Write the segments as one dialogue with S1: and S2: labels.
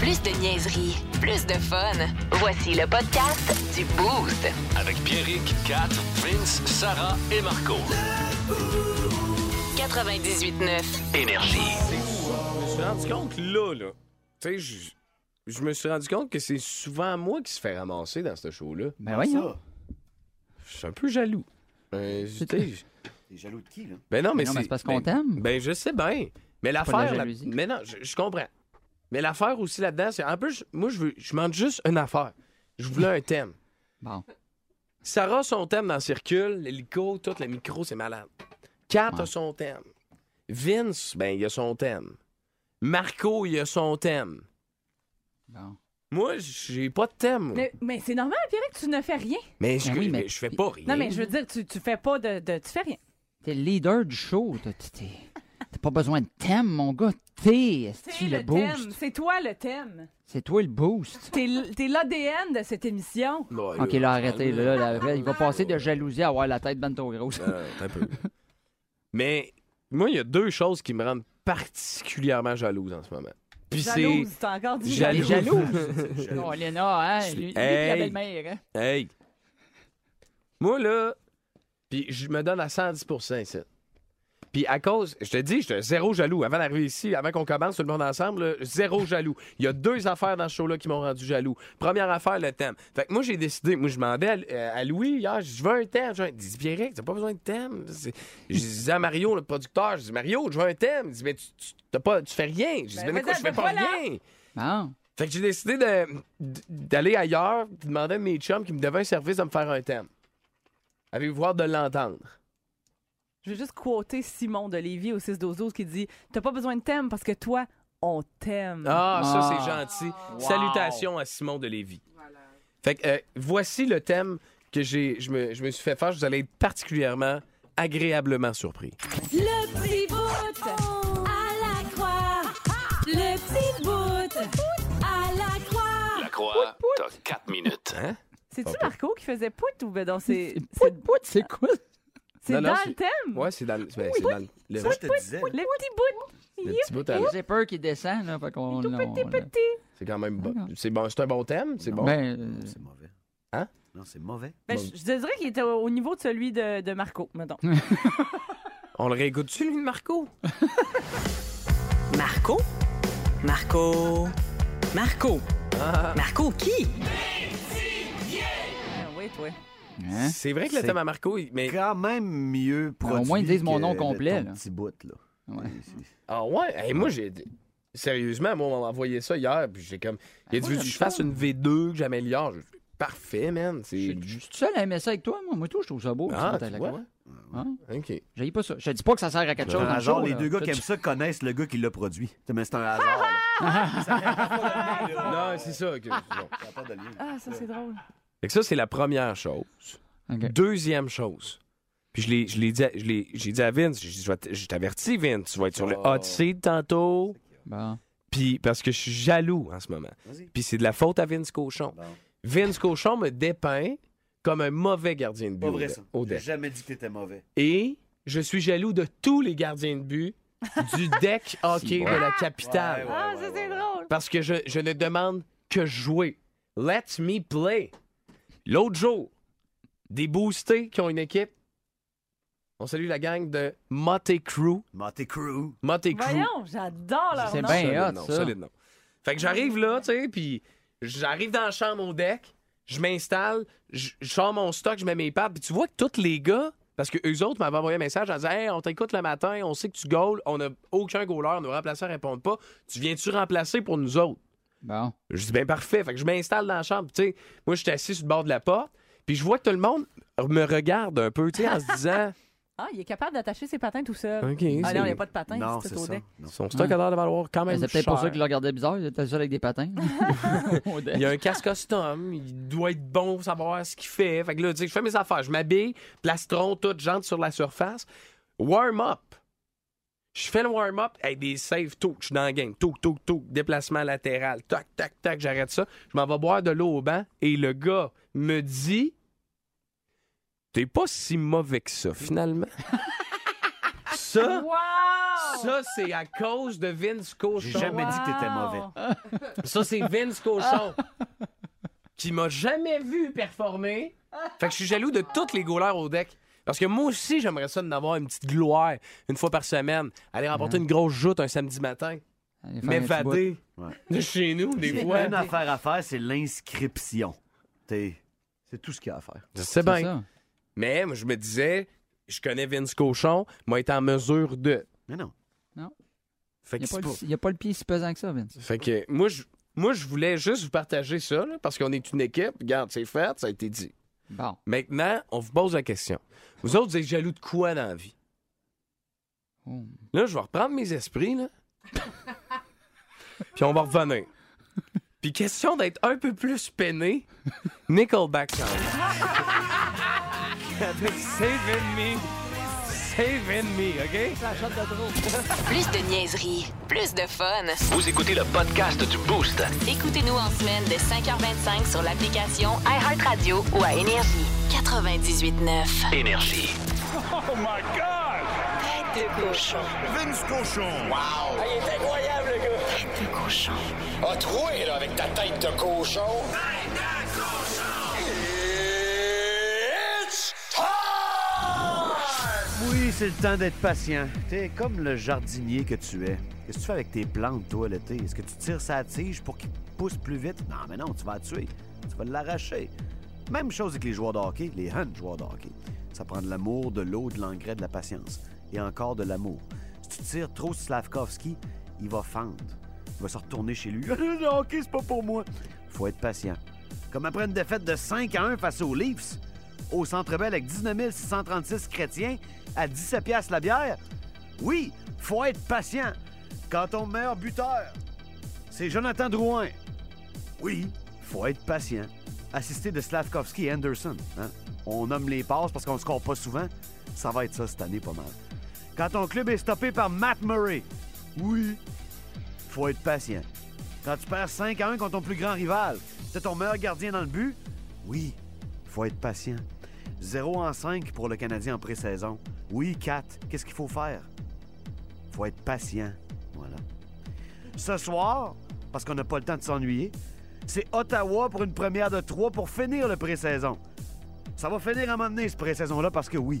S1: Plus de niaiserie, plus de fun. Voici le podcast du Boost.
S2: Avec Pierrick, Kat, Vince, Sarah et Marco.
S1: 98.9.
S2: Énergie.
S3: hein? Je me suis rendu compte là, là. Tu sais, je- je me suis rendu compte que c'est souvent moi qui se fait ramasser dans ce show-là.
S4: Ben voyons.
S3: Je suis un peu jaloux. Euh, je- tu sais, je-
S5: T'es jaloux de qui, là?
S3: ben non, mais,
S4: Mais non, mais c'est parce qu'on
S3: ben-
S4: t'aime.
S3: Ben je sais bien.
S4: pas
S3: Mais
S4: de la
S3: l'affaire. la-
S4: jalousie.
S3: Mais non, je, je comprends. Mais l'affaire aussi là-dedans, c'est. En plus, moi, je veux. Je demande juste une affaire. Je voulais un thème.
S4: Bon.
S3: Sarah, son thème dans Circule, l'hélico, tout le micro, c'est malade. Kat a
S4: Ouais.
S3: son thème. Vince, ben, il a son thème. Marco, il a son thème.
S4: Bon.
S3: Moi, j'ai pas de thème. moi.
S6: Mais, mais c'est normal, Pierre, que tu ne fais rien.
S3: Mais, excuse,
S4: Ben oui, mais-
S3: mais je fais pas rien.
S6: Non, mais je veux dire, tu, tu fais pas de, de- Tu fais rien.
S4: T'es le leader du show. T'as t'es- t'es- t'as pas besoin de thème, mon gars. T'es, est-ce
S6: C'est
S4: le
S6: le thème.
S4: boost?
S6: C'est toi le thème.
S4: C'est toi le boost.
S6: T'es l- t'es l'ADN de cette émission.
S3: Bon,
S4: Ok, là, arrêtez. Là, là, là, il va passer de jalousie à avoir la tête ben trop grosse.
S3: Euh, un peu. mais moi, il y a deux choses qui me rendent particulièrement jalouse en ce moment. Puis c'est.
S6: Jalouse, t'as encore dit.
S3: Jalouse.
S4: Jalouse. Oh, Léna, hein?
S3: Je-
S4: Lui, lui,
S3: Hey.
S4: la belle-mère, hein?
S3: Hey! Moi, là, puis je me donne à 110 ici. Puis à cause, je te dis, j'étais zéro jaloux. Avant d'arriver ici, avant qu'on commence tout le monde ensemble, là, zéro jaloux. Il y a deux affaires dans ce show-là qui m'ont rendu jaloux. Première affaire, le thème. Fait que moi, j'ai décidé, moi, je demandais à, euh, à Louis hier, je veux un thème. Je veux un... Il dit, Pierre, t'as pas besoin de thème. C'est- Je disais à Mario, le producteur, je dis, Mario, je veux un thème. Il dit, mais tu, tu, t'as pas, tu fais rien. Je dis,
S6: Ben,
S3: mais de quoi,
S6: vas-y,
S3: je fais pas
S6: fais pas là.
S3: rien.
S4: Bon.
S3: Fait que j'ai décidé de- d'aller ailleurs puis demander à mes chums qui me devaient un service de me faire un thème. Avez-vous voir de l'entendre?
S6: Je vais juste quoter Simon de Lévis au 6-12-12 qui dit T'as pas besoin de thème parce que toi, on t'aime.
S3: Ah, ça,
S4: Ah.
S3: c'est gentil. Salutations à Simon de Lévis. Fait que euh, voici le thème que j'ai, je, me, je me suis fait faire. Vous allez être particulièrement, agréablement surpris.
S7: Le petit bout à la croix. Le petit bout à la croix.
S2: La Croix, t'as 4 minutes.
S3: Hein?
S6: C'est-tu Marco qui faisait pout ou ben non, c'est.
S4: Pout, pout, c'est quoi?
S6: C'est
S3: Non, non,
S6: dans
S3: c'est-
S6: le thème?
S3: Ouais, c'est dans le. ben, c'est dans le, le-
S5: Hmm. Ça, je te disais.
S6: Le petit bout,
S3: le petit bout à-
S4: J'ai peur qu'il descende, là. Fait
S7: Oh
S4: qu'on.
S6: tout
S4: on-
S6: petit,
S4: on-
S6: petit.
S3: C'est quand même bon. C'est, bon. c'est un bon thème? C'est bon?
S4: Ben, euh,
S5: Ah Non, C'est mauvais.
S3: Hein?
S5: Non, c'est mauvais.
S6: Ben, je, je te dirais qu'il était au au niveau de celui de, de Marco, mettons.
S3: On le réécoute-tu, lui, de Marco?
S8: Marco? Marco? Marco? Marco qui?
S6: Ah, oui, toi.
S4: hein?
S3: C'est vrai que le
S5: C'est-
S3: thème à Marco, il- mais.
S5: Quand même mieux produit.
S4: moins, ils disent mon
S5: que
S4: nom
S5: le-
S4: complet,
S5: ton
S4: là.
S5: petit bout, là.
S4: Ouais.
S5: C'est-
S3: Ah ouais? Hey, moi, j'ai. Sérieusement, moi, on m'a envoyé ça hier, puis j'ai comme. Il a dit,
S4: Ah, moi,
S3: veux-tu que
S4: j'aime
S3: je fasse
S4: ça.
S3: une V2 que j'améliore? Je fais, Parfait, man.
S4: Je
S3: C'est
S4: suis je suis tout seul à aimer ça avec toi, moi. Moi, tout, je trouve ça beau.
S3: Ah,
S4: tu
S3: tu
S4: la
S3: vois?
S4: croix. Hein?
S3: OK.
S4: J'haïs pas ça. Je te dis pas que ça sert à quelque chose. dans
S5: Ah, Genre,
S4: le show,
S5: genre, les
S4: là.
S5: deux gars
S4: Je
S5: qui
S4: te
S5: aiment
S4: dis-
S5: ça connaissent le gars qui l'a produit. Mais c'est un hasard.
S3: Non, c'est ça. Que... bon.
S5: là. Ça a pas de lien.
S6: Ah, ça, c'est drôle.
S3: Fait que ça, c'est la première chose.
S4: Ok.
S3: Deuxième chose. Puis je l'ai, je l'ai dit, à, je l'ai- j'ai dit à Vince, j'ai dit, je, vais t- je t'avertis, Vince, tu vas être sur le hot seat tantôt.
S4: Bon.
S3: Puis parce que je suis jaloux en ce moment.
S5: Vas-y.
S3: Puis c'est de la faute à Vince Cochon.
S5: Bon.
S3: Vince Cochon me dépeint comme un mauvais gardien de but
S5: Pas
S3: au
S5: vrai,
S3: dé-
S5: ça.
S3: au
S5: J'ai
S3: deck.
S5: jamais dit que t'étais mauvais.
S3: Et je suis jaloux de tous les gardiens de but du deck hockey de la capitale.
S5: Ouais, ouais,
S6: Ah,
S5: ouais,
S6: ça,
S5: ouais.
S6: c'est drôle.
S3: Parce que je, je ne demande que jouer. Let me play. L'autre jour, des boostés qui ont une équipe. On salue la gang de Motte Crew.
S5: Monte Crew.
S3: Motte Crew.
S6: Voyons, j'adore leur
S4: C'est
S6: nom.
S4: bien
S3: Solide
S4: hot,
S3: nom,
S4: ça.
S3: solide nom. Fait que j'arrive là, tu sais, puis j'arrive dans la chambre au deck, je m'installe, je je sors mon stock, je mets mes pattes, puis tu vois que tous les gars, parce que eux autres m'avaient envoyé un message en disant Hey, on t'écoute le matin, on sait que tu goals, on n'a aucun goaler, nos remplaceurs répondent pas, tu viens-tu remplacer pour nous autres?
S4: Bon.
S3: Je dis ben parfait, fait que je m'installe dans la chambre, tu sais, moi je suis assis sur le bord de la porte, puis je vois que tout le monde me regarde un peu, tu sais, en se disant
S6: Ah, il est capable d'attacher ses patins tout seul.
S3: OK,
S6: Ah
S3: c'est-
S6: non, il n'y a pas de patins,
S5: Non,
S6: c'est
S5: c'est
S6: au
S5: ça.
S6: deck.
S5: Non.
S3: son stock a l'air de valoir quand
S4: Mais
S3: même
S4: Ben, C'est peut-être pour
S3: cher.
S4: ça qu'il le regardait bizarre. Il était seul avec des patins. Au deck.
S3: Il a un casque custom, il doit être bon pour savoir ce qu'il fait. Fait que là, tu sais, je fais mes affaires, je m'habille, plastron, tout, j'entre sur la surface. Warm-up. Je fais le warm-up, hey, des saves, tout, je suis dans le game, tout, tout, tout, déplacement latéral, tac, tac, tac, j'arrête ça. Je m'en vais boire de l'eau au banc et le gars me dit T'es pas si mauvais que ça, finalement. ça,
S6: Wow!
S3: Ça, c'est à cause de Vince Cochon.
S5: J'ai jamais dit que t'étais
S6: Wow.
S5: mauvais.
S3: Ça, c'est Vince Cochon. qui m'a jamais vu performer. Fait que je suis jaloux de tous les goalers au deck. Parce que moi aussi, j'aimerais ça d'en avoir une petite gloire une fois par semaine. Aller remporter une grosse joute un samedi matin.
S4: Allez, faire un petit
S3: M'évader
S5: Ouais.
S3: de chez nous, des
S5: Une
S3: fois.
S5: affaire à faire, c'est l'inscription. T'es- C'est tout ce qu'il y a à faire.
S3: Je sais
S4: bout. C'est
S3: bien.
S4: ça.
S3: Mais moi, je me disais, je connais Vince Cochon, moi, être en mesure de.
S5: Mais non.
S3: Fait
S4: Il
S3: que, c'est pour-
S4: n'y a, pas le pied si pesant que ça, Vince.
S3: fait que moi, je. Moi, je voulais juste vous partager ça, là, parce qu'on est une équipe. Regarde, c'est fait, ça a été dit.
S4: Bon.
S3: Maintenant, on vous pose la question. Vous autres, vous êtes jaloux de quoi dans la vie?
S4: Oh.
S3: Là, je vais reprendre mes esprits, là. Puis on va revenir. Puis question d'être un peu plus peiné, Nickelback s'en vient. Avec Saving Me. Saving Me, OK?
S1: Plus de niaiserie, plus de fun.
S2: Vous écoutez le podcast du Boost.
S1: Écoutez-nous en semaine de 5h25 sur l'application iHeartRadio ou à Énergie. 98.9.
S2: Énergie.
S1: Tête de cochon.
S9: Vince Cochon. Wow.
S1: Tête de cochon.
S9: A troué, là, avec ta tête de cochon. It's time!
S5: Oui, c'est le temps d'être patient. T'es comme le jardinier que tu es. Qu'est-ce que tu fais avec tes plantes, toi, l'été? Est-ce que tu tires sa tige pour qu'il pousse plus vite? Non, mais non, tu vas la tuer. Tu vas l'arracher. Même chose avec les joueurs de hockey, les huns joueurs de hockey. Ça prend de l'amour, de l'eau, de l'engrais, de la patience. Et encore de l'amour. Si tu tires trop Slavkovski, il va fendre. Il va se retourner chez lui. le hockey, c'est pas pour moi. Faut être patient. Comme après une défaite de 5 à 1 face aux Leafs, au Centre Bell avec 19 636 chrétiens à 17 piastres la bière? Oui, faut être patient. Quand ton meilleur buteur, c'est Jonathan Drouin. Oui, faut être patient. Assisté de Slavkovski et Anderson. hein. On nomme les passes parce qu'on ne score pas souvent. Ça va être ça cette année pas mal. Quand ton club est stoppé par Matt Murray. Oui, faut être patient. Quand tu perds 5 à 1 contre ton plus grand rival, c'est ton meilleur gardien dans le but? Oui, faut être patient. 0 en 5 pour le Canadien en pré-saison. Oui, 4. Qu'est-ce qu'il faut faire? faut être patient. Voilà. Ce soir, parce qu'on n'a pas le temps de s'ennuyer, c'est Ottawa pour une première de 3 pour finir le pré-saison. Ça va finir à un moment donné, ce pré-saison-là, parce que oui,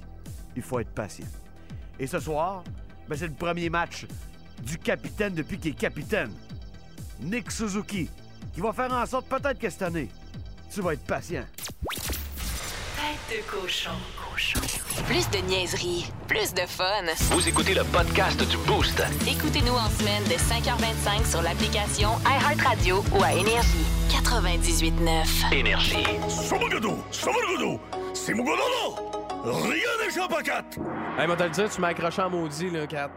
S5: il faut être patient. Et ce soir, ben, c'est le premier match du capitaine depuis qu'il est capitaine. Nick Suzuki, qui va faire en sorte peut-être que cette année, tu vas être patient.
S1: Tête de cochon. Plus de niaiserie, plus de fun.
S2: Vous écoutez le podcast du Boost.
S1: Écoutez-nous en semaine de 5h25 sur l'application iHeartRadio ou à Énergie. 98.9.
S2: Énergie.
S9: Somagodo, Somagodo, c'est mon godono! Rien n'échappe à quatre!
S3: Hey, moi, te le dire, tu m'as accroché en maudit, là, Kat.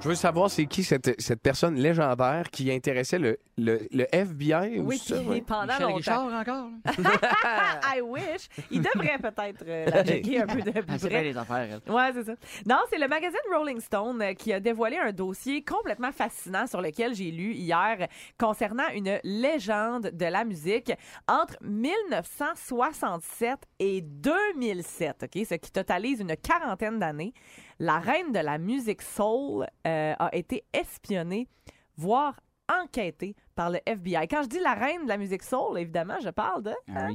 S3: Je veux savoir c'est qui cette, cette personne légendaire qui intéressait le, le, le FBI ou
S6: Oui,
S3: ça,
S6: puis
S3: ouais?
S6: pendant
S4: Michel
S6: longtemps. Ah,
S4: Richard encore. là.
S6: I wish. Il devrait peut-être euh, la checker un peu de
S4: Ah,
S6: plus
S4: c'est
S6: près.
S4: bien les affaires. elle.
S6: Ouais, c'est ça. Non, c'est le magazine Rolling Stone euh, qui a dévoilé un dossier complètement fascinant sur lequel j'ai lu hier concernant une légende de la musique entre 1967 et 2007, OK, ce qui totalise une quarantaine d'années. La reine de la musique soul euh, a été espionnée, voire enquêtée par le FBI. Quand je dis la reine de la musique soul, évidemment, je parle de
S7: E
S4: Ah oui.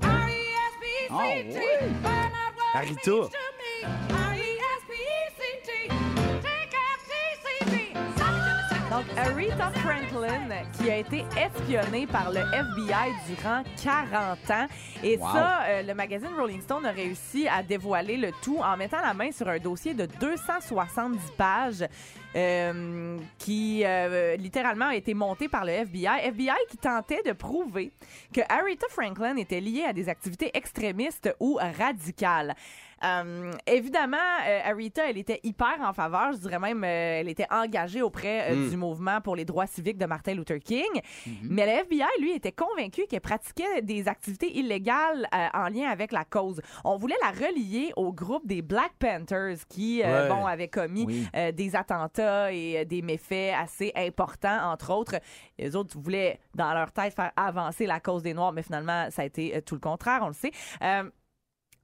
S7: R-E-S-P-E-C-T.
S4: Ah oui.
S7: Bernard Wall
S3: Arita.
S7: means to me. E R-E-S-P-E-C-T. Take up T-C-T. Suck it to the suck it to
S6: Donc,
S7: the suck it to
S6: Aretha
S7: the
S6: Franklin, qui a été espionnée par le FBI durant 40 ans. Et
S4: Wow.
S6: ça, euh, le magazine Rolling Stone a réussi à dévoiler le tout en mettant la main sur un dossier de 270 pages euh, qui, euh, littéralement, a été monté par le FBI. FBI qui tentait de prouver que Aretha Franklin était liée à des activités extrémistes ou radicales. Euh, évidemment, euh, Arita, elle était hyper en faveur. Je dirais même, euh, elle était engagée auprès euh, du mouvement pour les droits civiques de Martin Luther King. Mais le FBI, lui, était convaincu qu'elle pratiquait des activités illégales euh, en lien avec la cause. On voulait la relier au groupe des Black Panthers qui, euh,
S3: Ouais.
S6: bon, avait commis
S4: Oui.
S6: euh, des attentats et euh, des méfaits assez importants, entre autres. Les autres voulaient, dans leur tête, faire avancer la cause des Noirs, mais finalement, ça a été euh, tout le contraire, on le sait. Euh,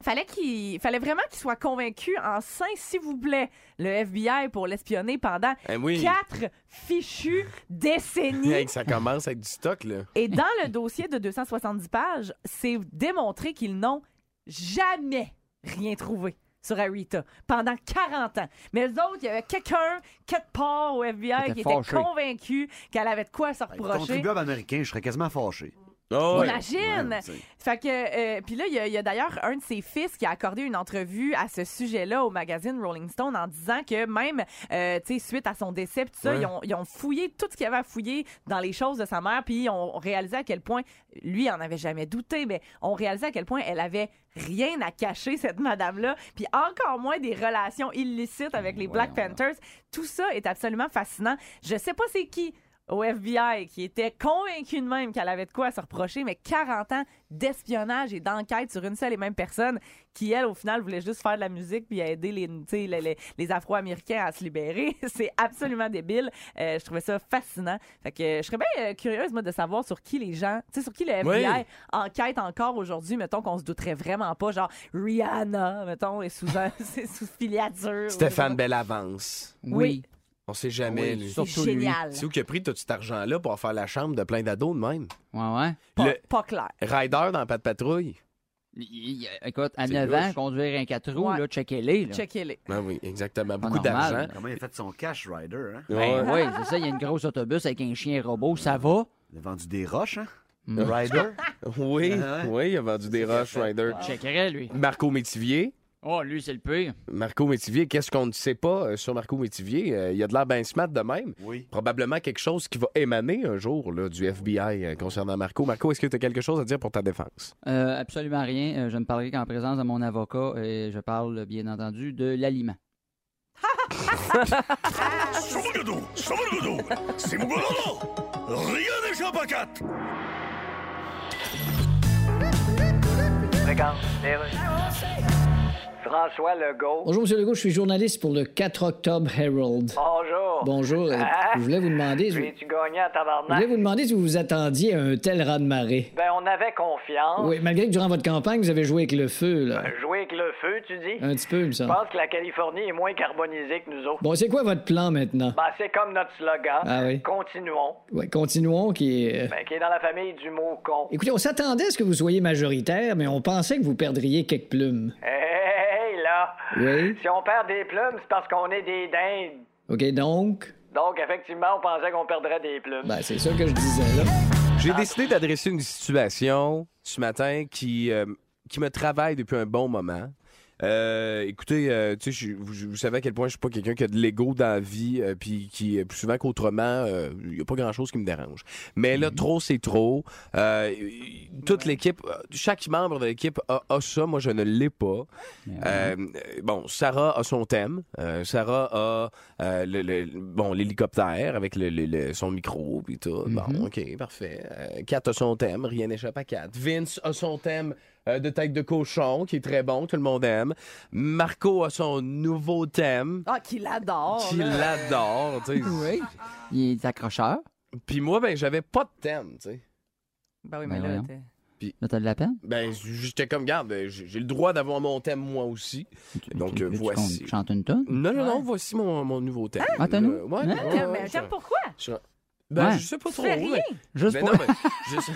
S6: Fallait qu'il fallait vraiment qu'il soit convaincu en sein, s'il vous plaît, le FBI pour l'espionner pendant
S3: Eh oui.
S6: quatre fichues décennies.
S3: Hey, ça commence avec du stock, là.
S6: Et dans le dossier de 270 pages, c'est démontré qu'ils n'ont jamais rien trouvé sur Arita pendant 40 ans. Mais eux autres, il y avait quelqu'un, quelque part au FBI,
S4: Qui
S6: qui
S4: était
S6: était
S4: fâché.
S6: convaincu qu'elle avait de quoi se reprocher.
S5: Contribuable américain, je serais quasiment fâché.
S3: Oh, ouais.
S6: Imagine!
S5: Ouais, tu sais.
S6: Fait que, euh, puis là, il y a, il y a d'ailleurs un de ses fils qui a accordé une entrevue à ce sujet-là au magazine Rolling Stone en disant que même, euh, tu sais, suite à son décès, pis tout ça,
S3: Ouais.
S6: ils, ont, ils ont fouillé tout ce qu'il y avait à fouiller dans les choses de sa mère, puis ils ont réalisé à quel point, lui, il en avait jamais douté, mais on réalisait à quel point elle avait rien à cacher, cette madame-là, puis encore moins des relations illicites avec les Black Panthers. Tout ça est absolument fascinant. Je sais pas c'est qui au FBI qui était convaincu de même qu'elle avait de quoi se reprocher, mais 40 ans d'espionnage et d'enquête sur une seule et même personne qui, elle, au final, voulait juste faire de la musique puis aider les, tu sais, les, les- les Afro-Américains à se libérer. C'est absolument débile. Euh, je trouvais ça fascinant. Fait que euh, je serais bien euh, curieuse, moi, de savoir sur qui les gens, tu sais, sur qui le FBI
S3: Oui.
S6: enquête encore aujourd'hui, mettons qu'on se douterait vraiment pas, genre Rihanna, mettons, est sous, un- c'est sous filiature.
S3: Stéphane Bellavance.
S6: Oui.
S4: Oui.
S3: On sait jamais,
S4: Oui,
S3: lui.
S4: surtout
S6: C'est génial.
S3: C'est où qui a pris tout cet argent-là pour en faire la chambre de plein d'ados de même?
S4: Ouais, ouais.
S6: Pas,
S3: Le
S6: pas clair.
S3: rider dans Pas de patrouille?
S4: Il- il- Écoute, à
S3: C'est
S4: 9
S3: louche.
S4: ans, conduire un 4 roues,
S6: Ouais.
S4: là, checker-les. là.
S6: Checkez-les.
S3: Ben oui, exactement.
S4: Pas
S3: Beaucoup
S4: normal.
S3: d'argent.
S5: Comment il a fait son cash rider, hein?
S3: Ouais.
S4: Ben, oui, c'est ça. Il y a une grosse autobus avec un chien robot. Ça va?
S5: Il a vendu des roches, hein?
S4: Mm.
S5: Rider?
S3: Oui,
S5: Ah ouais.
S3: oui, il a vendu des Rush Rider.
S4: Ah. Checkerait, lui.
S3: Marco Métivier.
S4: Oh, lui, c'est le pire.
S3: Marco Métivier, qu'est-ce qu'on ne sait pas euh, sur Marco Métivier? Euh, il a de l'air bien smart de même.
S5: Oui.
S3: Probablement quelque chose qui va émaner un jour là, du FBI euh, concernant Marco. Marco, est-ce que tu as quelque chose à dire pour ta défense?
S4: Euh, absolument rien. Euh, je ne parlerai qu'en présence de mon avocat et je parle, bien entendu, de l'aliment.
S9: Saumargadou, Saumargadou, c'est mon Rien n'échappe à quatre.
S10: Bonjour, Monsieur Legault, je suis journaliste pour le 4 octobre Herald. Bonjour. Bonjour. euh,
S11: Ah,
S10: Je voulais vous demander. Je... tu Je voulais vous demander si vous vous attendiez à un tel raz de marée.
S11: Ben, on avait confiance.
S10: Oui, malgré que durant votre campagne, vous avez joué avec le feu, là.
S11: Jouer avec le feu, tu dis?
S10: Un petit peu, il me
S11: Ben, Je
S10: semble.
S11: pense que la Californie est moins carbonisée que nous autres.
S10: Bon, c'est quoi votre plan maintenant?
S11: Ben, c'est comme notre slogan.
S10: Ah oui.
S11: Continuons.
S10: Ouais, continuons, qui est. euh,
S11: Ben, qui est dans la famille du mot con.
S10: Écoutez, on s'attendait à ce que vous soyez majoritaire, mais on pensait que vous perdriez quelques plumes.
S11: Hé, hé, hé, là!
S10: Oui.
S11: Si on perd des plumes, c'est parce qu'on est des dindes.
S10: OK, donc.
S11: Donc, effectivement, on pensait qu'on perdrait des plumes.
S10: Ben, c'est ça que je disais, là.
S3: J'ai décidé d'adresser une situation ce matin qui, euh, qui me travaille depuis un bon moment. Euh, écoutez, euh, tu sais, je- vous, vous savez à quel point je suis pas quelqu'un qui a de l'ego dans la vie, euh, puis qui euh, plus souvent qu'autrement, euh, il y a pas grand chose qui me dérange. Mais là, trop c'est trop. Euh, y- toute l'équipe, euh, chaque membre de l'équipe a, a ça. Moi, je ne l'ai pas. Euh, euh, bon, Sarah a son thème. Euh, Sarah a euh, le, le- bon l'hélicoptère avec le, le- le- son micro puis tout. Bon, ok, parfait. Euh, Kat a son thème. Rien n'échappe à Kat. Vince a son thème euh, de tête de cochon qui est très bon. Tout le monde aime. Marco a son nouveau thème.
S6: Ah, qu'il adore.
S3: Qu'il
S6: là.
S3: adore, tu sais.
S4: Il est accrocheur.
S3: Puis moi, ben, j'avais pas de thème, tu sais.
S7: Bah
S6: Ben oui, mais
S4: Ben
S6: là,
S4: voyons.
S6: t'es-
S7: hein.
S4: Là, t'as de la peine?
S3: Ben, j'étais comme, garde, ben, j'ai j'ai le droit d'avoir mon thème moi aussi. Donc,
S4: Tu-
S3: euh,
S4: tu- tu
S3: voici.
S4: comptes- chante une tonne?
S3: Non, non, non, voici mon, mon nouveau thème.
S4: Ah, t'as
S3: Euh,
S4: nous?
S3: ouais, ouais,
S4: Hein?
S3: ouais,
S6: Mais
S3: je-
S6: attends, pourquoi?
S3: Ben,
S4: Ouais.
S3: je sais pas trop.
S6: Fais
S3: ouais.
S6: rien.
S4: Juste
S3: Ben
S4: pour...
S3: non, mais juste...